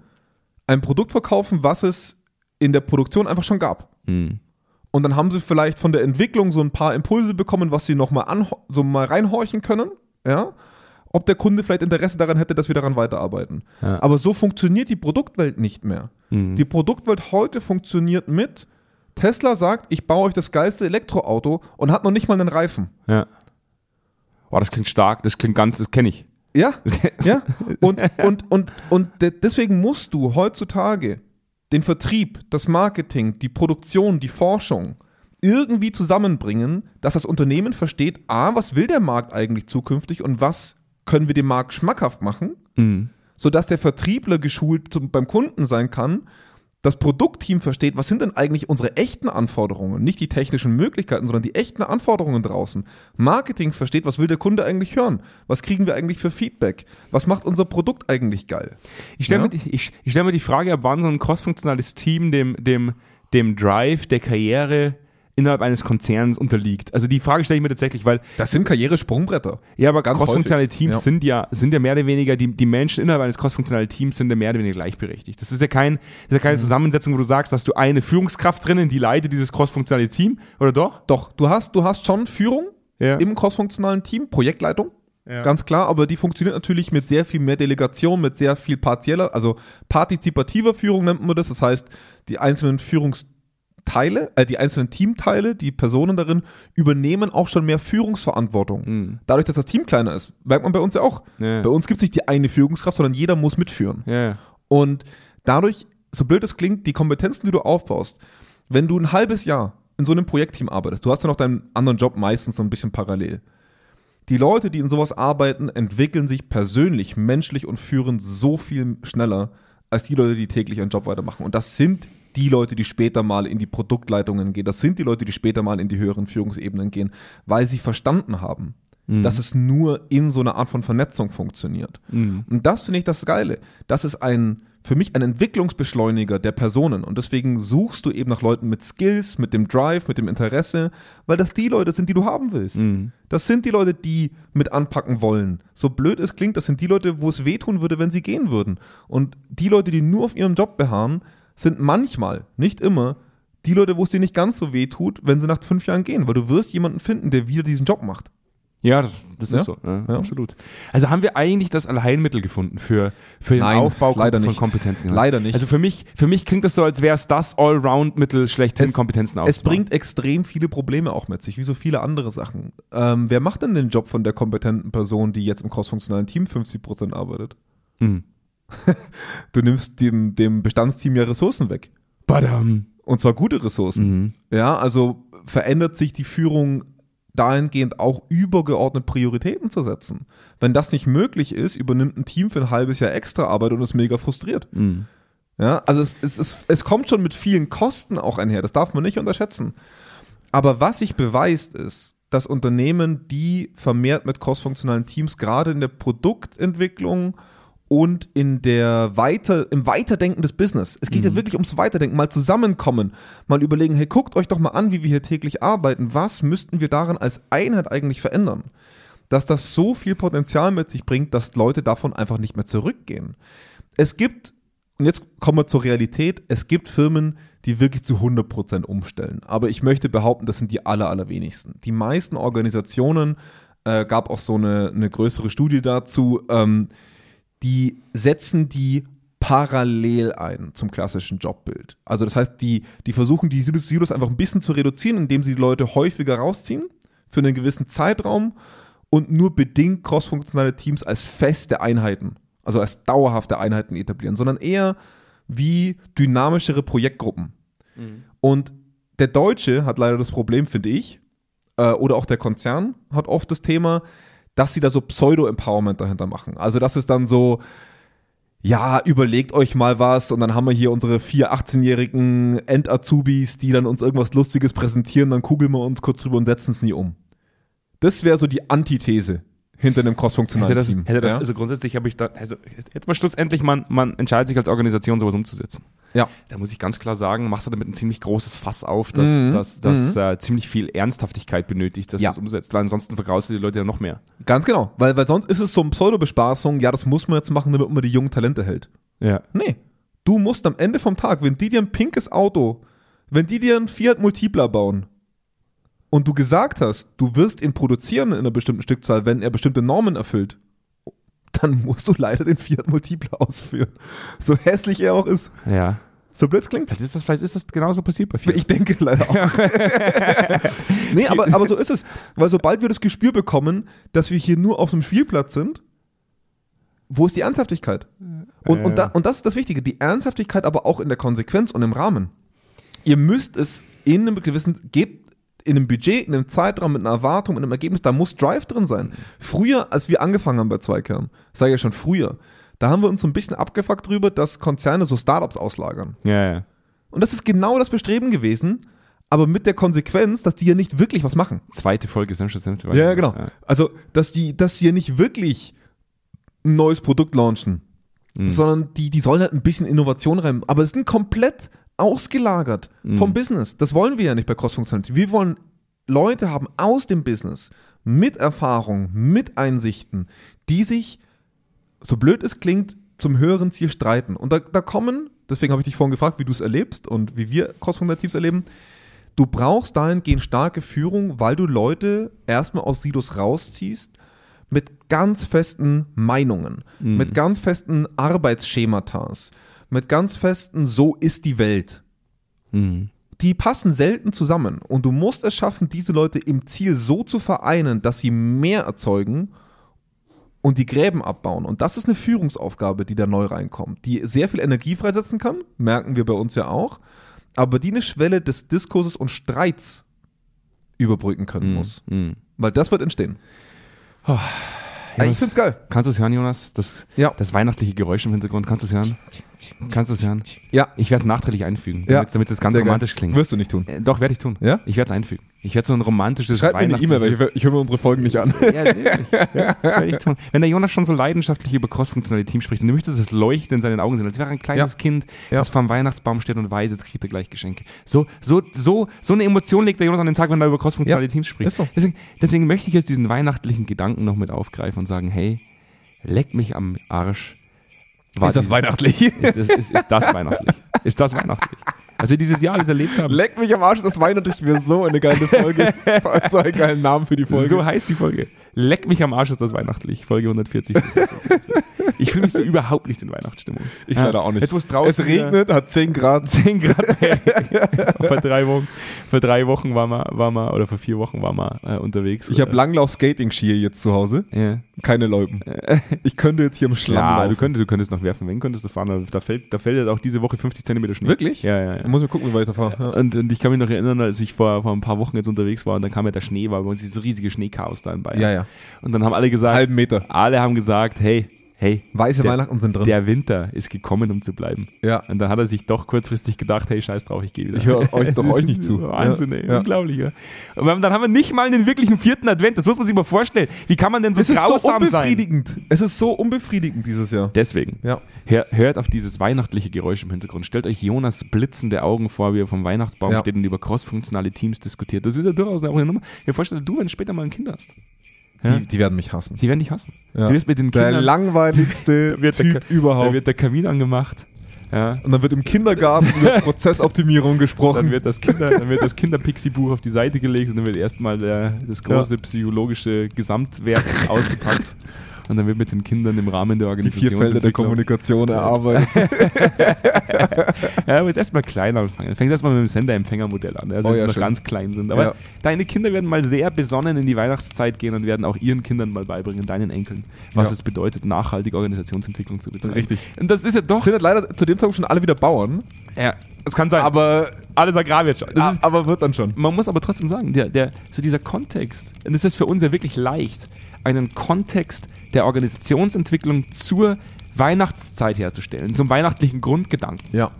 B: ein Produkt verkaufen, was es in der Produktion einfach schon gab. Und dann haben sie vielleicht von der Entwicklung so ein paar Impulse bekommen, was sie nochmal so mal reinhorchen können, ja. Ob der Kunde vielleicht Interesse daran hätte, dass wir daran weiterarbeiten.
A: Ja.
B: Aber so funktioniert die Produktwelt nicht mehr.
A: Mhm.
B: Die Produktwelt heute funktioniert mit, Tesla sagt, ich baue euch das geilste Elektroauto und hat noch nicht mal einen Reifen.
A: Ja. Boah, das klingt stark, das klingt ganz, das kenne ich.
B: Ja, ja. Und, und, und, und de- deswegen musst du heutzutage den Vertrieb, das Marketing, die Produktion, die Forschung irgendwie zusammenbringen, dass das Unternehmen versteht, A, was will der Markt eigentlich zukünftig und was können wir dem Markt schmackhaft machen,
A: Mhm.
B: sodass der Vertriebler geschult zum, beim Kunden sein kann, das Produktteam versteht, was sind denn eigentlich unsere echten Anforderungen, nicht die technischen Möglichkeiten, sondern die echten Anforderungen draußen. Marketing versteht, was will der Kunde eigentlich hören, was kriegen wir eigentlich für Feedback, was macht unser Produkt eigentlich geil.
A: Ich stelle
B: Ja.
A: mir, die- ich, ich stell mir die Frage, ab wann so ein crossfunktionales Team dem, dem, dem Drive der Karriere innerhalb eines Konzerns unterliegt. Also die Frage stelle ich mir tatsächlich, weil
B: Das sind Karrieresprungbretter.
A: ja, aber crossfunktionale
B: häufig,
A: Teams
B: ja.
A: sind ja sind ja mehr oder weniger die, die Menschen innerhalb eines crossfunktionalen Teams sind ja mehr oder weniger gleichberechtigt. Das ist ja kein das ist ja keine
B: Mhm.
A: Zusammensetzung, wo du sagst, dass du eine Führungskraft drinnen, die leitet dieses crossfunktionale Team oder doch?
B: Doch, du hast, du hast schon Führung
A: Ja.
B: im crossfunktionalen Team, Projektleitung,
A: Ja.
B: ganz klar, aber die funktioniert natürlich mit sehr viel mehr Delegation, mit sehr viel partieller, also partizipativer Führung nennt man das. Das heißt, die einzelnen Führungsteile, äh, die einzelnen Teamteile, die Personen darin übernehmen auch schon mehr Führungsverantwortung.
A: Mhm.
B: Dadurch, dass das Team kleiner ist, merkt man bei uns ja auch.
A: Ja.
B: Bei uns gibt es nicht die eine Führungskraft, sondern jeder muss mitführen.
A: Ja, ja.
B: Und dadurch, so blöd es klingt, die Kompetenzen, die du aufbaust, wenn du ein halbes Jahr in so einem Projektteam arbeitest, du hast ja noch deinen anderen Job meistens so ein bisschen parallel. Die Leute, die in sowas arbeiten, entwickeln sich persönlich, menschlich und führen so viel schneller als die Leute, die täglich ihren Job weitermachen. Und das sind die Leute, die später mal in die Produktleitungen gehen. Das sind die Leute, die später mal in die höheren Führungsebenen gehen, weil sie verstanden haben, dass es nur in so einer Art von Vernetzung funktioniert.
A: Mhm.
B: Und das finde ich das Geile. Das ist ein, für mich ein Entwicklungsbeschleuniger der Personen. Und deswegen suchst du eben nach Leuten mit Skills, mit dem Drive, mit dem Interesse, weil das die Leute sind, die du haben willst.
A: Mhm.
B: Das sind die Leute, die mit anpacken wollen. So blöd es klingt, das sind die Leute, wo es wehtun würde, wenn sie gehen würden. Und die Leute, die nur auf ihrem Job beharren, sind manchmal, nicht immer, die Leute, wo es dir nicht ganz so wehtut, wenn sie nach fünf Jahren gehen, weil du wirst jemanden finden, der wieder diesen Job macht.
A: Ja, das, das
B: Ja?
A: ist so. Ja,
B: Ja.
A: Absolut. Also haben wir eigentlich das Allheilmittel gefunden für, für den
B: Nein,
A: Aufbau
B: leider
A: von
B: nicht.
A: Kompetenzen?
B: Leider nicht.
A: Also für mich, für mich klingt das so, als wäre es das Allround-Mittel schlechthin,
B: Es-
A: Kompetenzen aufzubauen.
B: Es bringt extrem viele Probleme auch mit sich, wie so viele andere Sachen. Ähm, wer macht denn den Job von der kompetenten Person, die jetzt im crossfunktionalen Team 50% arbeitet?
A: Mhm.
B: Du nimmst dem, dem Bestandsteam ja Ressourcen weg.
A: Badam.
B: Und zwar gute Ressourcen.
A: Mhm.
B: Ja, also verändert sich die Führung dahingehend auch übergeordnete Prioritäten zu setzen. Wenn das nicht möglich ist, übernimmt ein Team für ein halbes Jahr extra Arbeit und ist mega frustriert.
A: Mhm.
B: Ja, also es, es, es, es kommt schon mit vielen Kosten auch einher. Das darf man nicht unterschätzen. Aber was sich beweist, ist, dass Unternehmen, die vermehrt mit crossfunktionalen Teams, gerade in der Produktentwicklung und in der Weiter, im Weiterdenken des Business, es geht ja wirklich ums Weiterdenken, mal zusammenkommen, mal überlegen, hey, guckt euch doch mal an, wie wir hier täglich arbeiten. Was müssten wir daran als Einheit eigentlich verändern? Dass das so viel Potenzial mit sich bringt, dass Leute davon einfach nicht mehr zurückgehen. Es gibt und jetzt kommen wir zur Realität. Es gibt Firmen, die wirklich zu 100% umstellen. Aber ich möchte behaupten, das sind die aller, allerwenigsten. Die meisten Organisationen, äh, gab auch so eine, eine größere Studie dazu, ähm, die setzen die parallel ein zum klassischen Jobbild. Also das heißt, die, die versuchen, die Silos- Silos einfach ein bisschen zu reduzieren, indem sie die Leute häufiger rausziehen für einen gewissen Zeitraum und nur bedingt crossfunktionale Teams als feste Einheiten, also als dauerhafte Einheiten etablieren, sondern eher wie dynamischere Projektgruppen.
A: Mhm.
B: Und der Deutsche hat leider das Problem, finde ich, äh, oder auch der Konzern hat oft das Thema, dass sie da so Pseudo-Empowerment dahinter machen. Also das ist dann so, ja, überlegt euch mal was und dann haben wir hier unsere vier 18-jährigen End-Azubis, die dann uns irgendwas Lustiges präsentieren, dann kugeln wir uns kurz drüber und setzen es nie um. Das wäre so die Antithese hinter einem
A: Hätte
B: crossfunktionalen
A: das,
B: Team.
A: hätte das,
B: ja?
A: also grundsätzlich habe ich da, also jetzt mal schlussendlich, man, man entscheidet sich als Organisation, sowas umzusetzen.
B: ja.
A: Da muss ich ganz klar sagen, machst du damit ein ziemlich großes Fass auf, dass
B: Mhm.
A: dass, dass, äh, ziemlich viel Ernsthaftigkeit benötigt, dass
B: Ja.
A: du es umsetzt, weil ansonsten vergraust du die Leute ja noch mehr.
B: Ganz genau, weil, weil sonst ist es so eine Pseudobespaßung, ja, das muss man jetzt machen, damit man die jungen Talente hält.
A: Ja.
B: Nee. Du musst am Ende vom Tag, wenn die dir ein pinkes Auto Wenn die dir einen Fiat Multipler bauen und du gesagt hast, du wirst ihn produzieren in einer bestimmten Stückzahl, wenn er bestimmte Normen erfüllt, dann musst du leider den Fiat Multipler ausführen. So hässlich er auch ist.
A: Ja.
B: So blöd es klingt.
A: Vielleicht ist das, vielleicht ist das genauso passiert bei vielen.
B: Ich denke leider auch. nee, aber, aber so ist es. Weil sobald wir das Gespür bekommen, dass wir hier nur auf einem Spielplatz sind, wo ist die Ernsthaftigkeit? Und,
A: Ja,
B: und, da,
A: ja.
B: und das ist das Wichtige, die Ernsthaftigkeit aber auch in der Konsequenz und im Rahmen. Ihr müsst es in einem gewissen, gebt in einem Budget, in einem Zeitraum, mit einer Erwartung, mit einem Ergebnis, da muss Drive drin sein. Früher, als wir angefangen haben bei Zweikern, sage ich ja schon früher, da haben wir uns so ein bisschen abgefuckt drüber, dass Konzerne so Startups auslagern.
A: Ja, ja.
B: Und das ist genau das Bestreben gewesen, aber mit der Konsequenz, dass die ja nicht wirklich was machen.
A: Zweite Folge Senf statt Senf.
B: Ja, genau. Also, dass die, dass die ja nicht wirklich ein neues Produkt launchen,
A: Mhm.
B: sondern die, die sollen halt ein bisschen Innovation rein. Aber es sind komplett ausgelagert vom Business. Das wollen wir ja nicht bei Cross-Funktionalität. Wir wollen Leute haben aus dem Business mit Erfahrung, mit Einsichten, die sich so blöd es klingt, zum höheren Ziel streiten. Und da, da kommen, deswegen habe ich dich vorhin gefragt, wie du es erlebst und wie wir Cross-Funktionatives erleben. Du brauchst dahingehend starke Führung, weil du Leute erstmal aus Silos rausziehst mit ganz festen Meinungen, mit ganz festen Arbeitsschematas, mit ganz festen So ist die Welt.
A: Mhm.
B: Die passen selten zusammen und du musst es schaffen, diese Leute im Ziel so zu vereinen, dass sie mehr erzeugen und die Gräben abbauen. Und das ist eine Führungsaufgabe, die da neu reinkommt, die sehr viel Energie freisetzen kann, merken wir bei uns ja auch, aber die eine Schwelle des Diskurses und Streits überbrücken können muss.
A: Mhm.
B: Weil das wird entstehen.
A: Ja,
B: ich find's geil.
A: Kannst du es hören, Jonas? Das,
B: Ja.
A: das weihnachtliche Geräusch im Hintergrund, kannst du es hören? Kannst du es hören?
B: Ja.
A: Ich werde es nachträglich einfügen,
B: Ja.
A: damit, damit das ganz
B: Sehr geil.
A: romantisch klingt.
B: Wirst du nicht tun.
A: Äh, Doch, werde ich tun.
B: Ja?
A: Ich werde es einfügen. Ich werde so ein romantisches
B: Schreib mir eine E-Mail, weil ich, hör- ich höre mir unsere Folgen nicht an.
A: Ja, wirklich. ja, werd ich tun. Wenn der Jonas schon so leidenschaftlich über crossfunktionale Teams spricht, dann möchte das Leuchten in seinen Augen sehen, als wäre er ein kleines
B: Ja.
A: Kind,
B: Ja.
A: das vor dem Weihnachtsbaum steht und weiß, jetzt kriegt er gleich Geschenke. So, so, so, so eine Emotion legt der Jonas an den Tag, wenn er über crossfunktionale
B: Ja,
A: Teams spricht.
B: ist so.
A: Deswegen, deswegen möchte ich jetzt diesen weihnachtlichen Gedanken noch mit aufgreifen und sagen, hey, leck mich am Arsch. War dieses-
B: weihnachtlich?
A: ist, ist, ist, ist das weihnachtlich? Ist das weihnachtlich? Als wir dieses Jahr alles erlebt haben.
B: Leck mich am Arsch, ist das weihnachtlich wäre so eine geile Folge. so einen geilen Namen für die Folge.
A: So heißt die Folge. Leck mich am Arsch ist das weihnachtlich. Folge 140. ich fühle mich so überhaupt nicht in Weihnachtsstimmung.
B: ich
A: Ja.
B: leider auch nicht.
A: Jetzt, wo es draußen wieder
B: hat 10 Grad.
A: 10 Grad mehr. vor, drei Wochen, vor drei Wochen war man, war man, oder vor vier Wochen war man äh, unterwegs.
B: Ich habe Langlauf-Skating-Skier jetzt zu Hause.
A: ja.
B: Keine Loipen. Ich könnte jetzt hier im Schlamm
A: Ja,
B: laufen.
A: du könntest, du könntest noch werfen. Wen könntest du fahren? Da- Da fällt, da fällt jetzt auch diese Woche 50 Zentimeter Schnee.
B: Wirklich?
A: Ja, ja, ja.
B: Muss mir gucken, wie weit ich fahre. Ja.
A: Und, und ich kann mich noch erinnern, als ich vor, vor ein paar Wochen jetzt unterwegs war und dann kam ja der Schnee, war bei uns dieses riesige Schneechaos da in Bayern.
B: Ja, ja.
A: Und dann haben alle gesagt,
B: Halben Meter.
A: alle haben gesagt, hey, hey,
B: Weiße
A: der,
B: Weihnachten sind drin.
A: der Winter ist gekommen, um zu bleiben.
B: Ja.
A: Und dann hat er sich doch kurzfristig gedacht, hey, scheiß drauf, ich gehe wieder.
B: Ich höre euch- doch
A: Das
B: euch
A: ist
B: nicht zu.
A: Wahnsinn,
B: Ja,
A: ey,
B: ja.
A: unglaublich. Ja. Und wir haben- dann haben wir nicht mal einen wirklichen vierten Advent, das muss man sich mal vorstellen. Wie kann man denn so
B: es ist so
A: grausam sein?
B: unbefriedigend. Es ist so unbefriedigend dieses Jahr.
A: Deswegen,
B: Ja.
A: hör, hört auf dieses weihnachtliche Geräusch im Hintergrund. Stellt euch Jonas blitzende Augen vor, wie er vom Weihnachtsbaum
B: Ja.
A: steht und über crossfunktionale Teams diskutiert. Das ist ja durchaus auch eine Nummer. Mir vorstellen, du, wenn du später mal ein Kind hast, Ja.
B: Die, die werden mich hassen.
A: die werden dich hassen.
B: Ja.
A: Du wirst mit den
B: Der
A: Kindern,
B: langweiligste
A: wird der
B: Typ
A: Ka- da
B: überhaupt.
A: wird der Kamin angemacht. Ja.
B: Und dann wird im Kindergarten über Prozessoptimierung
A: Dann
B: gesprochen.
A: wird das Kinder, dann wird das Kinderpixie-Buch auf die Seite gelegt und dann wird erstmal der, das große psychologische Gesamtwerk ausgepackt. Und dann wird mit den Kindern im Rahmen der
B: Die vier Felder der
A: Organisationsentwicklung.
B: Kommunikation erarbeitet.
A: Ja, aber jetzt erstmal klein anfangen. Fängst erstmal mit dem Senderempfängermodell an, also
B: Oh
A: wenn
B: ja,
A: sie noch
B: schön.
A: ganz klein sind. Aber
B: Ja.
A: deine Kinder werden mal sehr besonnen in die Weihnachtszeit gehen und werden auch ihren Kindern mal beibringen, deinen Enkeln, was
B: Ja.
A: es bedeutet, nachhaltige Organisationsentwicklung zu betreiben.
B: Richtig.
A: Und das ist ja doch,
B: Sind halt leider zu dem Zeitpunkt schon alle wieder Bauern.
A: ja, es kann sein,
B: Aber, Ah,
A: alles Agrarwirtschaft. Das ist,
B: aber wird dann schon.
A: man muss aber trotzdem sagen, der, der, so dieser Kontext, und es ist für uns ja wirklich leicht, einen Kontext der Organisationsentwicklung zur Weihnachtszeit herzustellen, zum weihnachtlichen Grundgedanken.
B: Ja.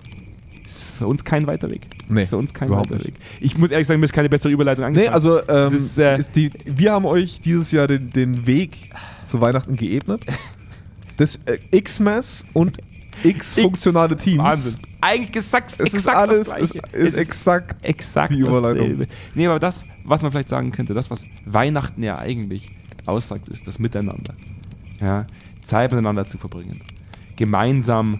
A: Ist für uns kein weiter Weg.
B: Nee,
A: ist für uns kein
B: überhaupt
A: weiter Weg.
B: nicht.
A: Ich muss ehrlich sagen, mir ist keine bessere Überleitung
B: Nee,
A: eingefallen.
B: also ähm,
A: Das ist, äh,
B: ist die, wir haben euch dieses Jahr den, den Weg zu Weihnachten geebnet. Das äh, X-Mess und X-funktionale Teams.
A: Wahnsinn. Eigentlich gesagt,
B: Es ist
A: exakt
B: alles,
A: das
B: es
A: Gleiche.
B: ist, exakt.
A: exakt
B: die Überleitung.
A: dasselbe. Nee, aber das, was man vielleicht sagen könnte, das, was Weihnachten ja eigentlich aussagt, ist das Miteinander. Ja, Zeit miteinander zu verbringen. Gemeinsam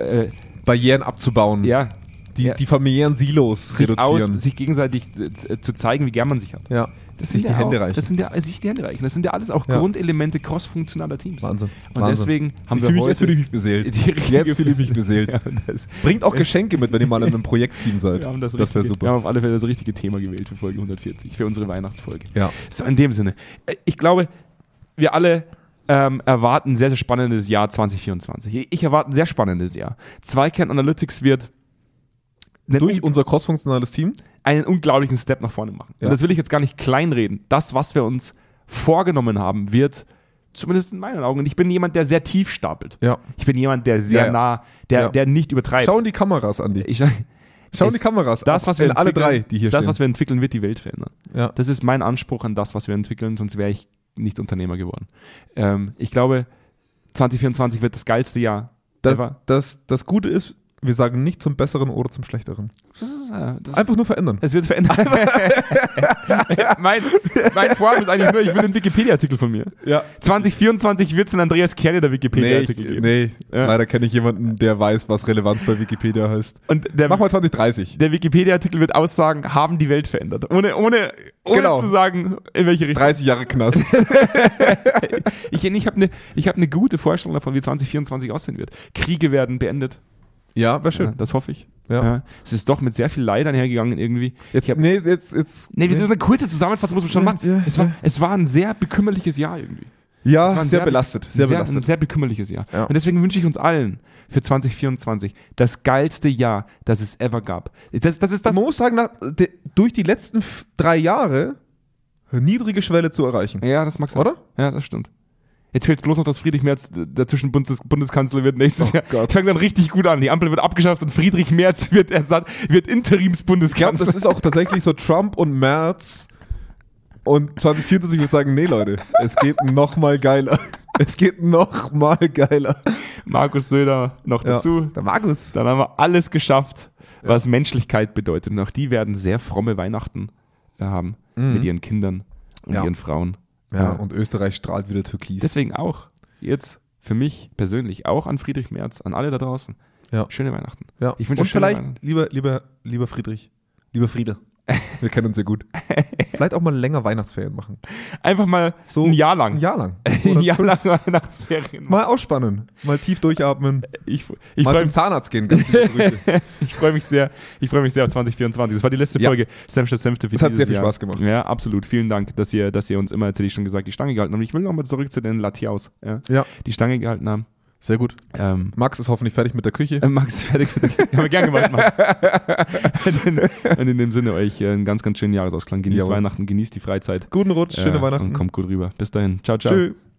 A: äh, äh,
B: Barrieren abzubauen,
A: ja,
B: die,
A: Ja.
B: die familiären Silos
A: sich, aus,
B: Hm. reduzieren.
A: sich gegenseitig äh, zu zeigen, wie gern man sich hat.
B: ja,
A: Das
B: sich
A: sind
B: die
A: ja
B: Hände
A: auch,
B: reichen.
A: Das sind ja äh, sich die Hände reichen. Das sind ja alles auch
B: Ja.
A: Grundelemente crossfunktionaler Teams.
B: Wahnsinn.
A: Und
B: Wahnsinn.
A: deswegen haben
B: ich
A: wir
B: fühle mich,
A: heute
B: jetzt fühle ich mich beseelt.
A: die richtige
B: jetzt fühle ich mich beseelt.
A: Ja, das,
B: Bringt auch Geschenke mit, wenn ihr mal in einem Projektteam seid.
A: wir haben das,
B: das wäre
A: richtige- Wir
B: super.
A: haben auf alle Fälle das richtige Thema gewählt für Folge 140, für unsere Weihnachtsfolge.
B: Ja.
A: So, in dem Sinne. Äh, Ich glaube, wir alle ähm, erwarten ein sehr, sehr spannendes Jahr 2024. Ich- Ich erwarte ein sehr spannendes Jahr. Zweikern Analytics wird einen
B: Durch unser crossfunktionales Team.
A: einen unglaublichen Step nach vorne machen.
B: Ja.
A: Und das will ich jetzt gar nicht kleinreden. Das, was wir uns vorgenommen haben, wird zumindest in meinen Augen, und ich bin jemand, der sehr tief stapelt.
B: Ja.
A: Ich bin jemand, der sehr
B: Ja, ja.
A: nah, der,
B: Ja.
A: der nicht übertreibt.
B: Schauen die Kameras an die.
A: ich,
B: Schauen
A: es-
B: die Kameras
A: das, was wir
B: an. Alle drei,
A: entwickeln-
B: die hier
A: Das,
B: stehen.
A: was wir entwickeln, wird die Welt verändern.
B: ja.
A: Das ist mein Anspruch an das, was wir entwickeln, sonst wäre ich nicht Unternehmer geworden. Ähm, ich glaube, 2024 wird das geilste Jahr.
B: Das,
A: ever.
B: das, das Gute ist, wir sagen nicht zum Besseren oder zum Schlechteren.
A: Das ist, äh, das ist-
B: Einfach nur verändern.
A: Es wird verändert. mein, mein Vorhaben ist eigentlich nur, ich will einen Wikipedia-Artikel von mir.
B: Ja.
A: 2024 wird es einen Andreas Kerne der
B: Nee,
A: Wikipedia-Artikel
B: ich,
A: geben.
B: nee.
A: Ja.
B: leider kenne ich jemanden, der weiß, was Relevanz bei Wikipedia heißt.
A: Und der,
B: Mach mal 2030.
A: der Wikipedia-Artikel wird aussagen, haben die Welt verändert. Ohne, ohne, ohne
B: Genau.
A: zu sagen, in welche Richtung.
B: 30 Jahre Knast.
A: Ich, ich habe eine hab ne gute Vorstellung davon, wie 2024 aussehen wird. Kriege werden beendet.
B: ja, wäre
A: Ja,
B: schön.
A: das hoffe ich.
B: Ja.
A: es ist doch mit sehr viel Leid einhergegangen irgendwie.
B: Jetzt,
A: Ich hab-
B: nee, jetzt, jetzt.
A: Nee, wir sind eine kurze Zusammenfassung, muss man schon machen.
B: Ja,
A: es, war,
B: ja.
A: es war ein sehr bekümmerliches Jahr irgendwie. Es war
B: ja,
A: ein
B: sehr, belastet. Sehr,
A: ein sehr, Ein
B: belastet.
A: sehr bekümmerliches Jahr.
B: Ja.
A: Und deswegen wünsche ich uns allen für 2024 das geilste Jahr, das es ever gab. Das, das ist das.
B: Man muss sagen, nach, de, durch die letzten f- drei Jahre niedrige Schwelle zu erreichen.
A: ja, das mag sein.
B: Oder?
A: Ja, das stimmt. Jetzt fehlt bloß noch, dass Friedrich Merz d- dazwischen Bundes Bundeskanzler wird nächstes
B: Oh
A: Jahr.
B: Gott.
A: Das fängt dann richtig gut an. Die Ampel wird abgeschafft und Friedrich Merz wird ersatz, wird
B: Ich glaube,
A: Interims-Bundeskanzler.
B: das ist auch tatsächlich so Trump und Merz und 2024 würde sagen, nee, Leute, es geht noch mal geiler. Es geht noch mal geiler.
A: Markus Söder noch
B: Ja.
A: dazu.
B: Der Markus.
A: Dann haben wir alles geschafft, was Menschlichkeit bedeutet. Und auch die werden sehr fromme Weihnachten äh, haben mit ihren Kindern und
B: Ja.
A: ihren Frauen.
B: Ja, und Österreich strahlt wieder türkis.
A: Deswegen auch jetzt für mich persönlich, auch an Friedrich Merz, an alle da draußen.
B: Ja.
A: Schöne Weihnachten.
B: ja.
A: ich wünsche
B: und
A: euch schöne
B: vielleicht,
A: Weihnachten.
B: lieber, lieber, lieber Friedrich, lieber Friede, wir kennen uns ja gut. Vielleicht auch mal länger Weihnachtsferien machen.
A: Einfach mal
B: So
A: ein Jahr lang.
B: Ein Jahr lang.
A: Ein
B: Oder
A: Jahr
B: fünf.
A: lang Weihnachtsferien.
B: Mal ausspannen, mal tief durchatmen,
A: Ich, ich
B: mal
A: freue
B: zum
A: mich,
B: Zahnarzt gehen. Ganz liebe Grüße.
A: ich freu mich sehr. Ich freue mich sehr auf 2024. Das war die letzte
B: Ja.
A: Folge Sam Statt Senfte für
B: Das hat
A: dieses
B: sehr viel
A: Jahr.
B: Spaß gemacht.
A: Ja, absolut. Vielen Dank, dass ihr, dass ihr uns immer, jetzt hätte ich schon gesagt, die Stange gehalten habt. Ich will nochmal zurück zu den Latiaus, ja,
B: Ja.
A: die Stange gehalten haben.
B: Sehr gut. Ähm,
A: Ähm,
B: Max ist hoffentlich fertig mit der Küche.
A: Äh, Max, fertig. mit der- Haben wir gern gemacht, Max. und, in, und in dem Sinne euch äh, einen ganz, ganz schönen Jahresausklang. Genießt
B: Jawohl.
A: Weihnachten, genießt die Freizeit.
B: Guten Rutsch,
A: Äh,
B: schöne
A: Und
B: Weihnachten.
A: kommt gut rüber. Bis dahin. Ciao, ciao.
B: Tschüss.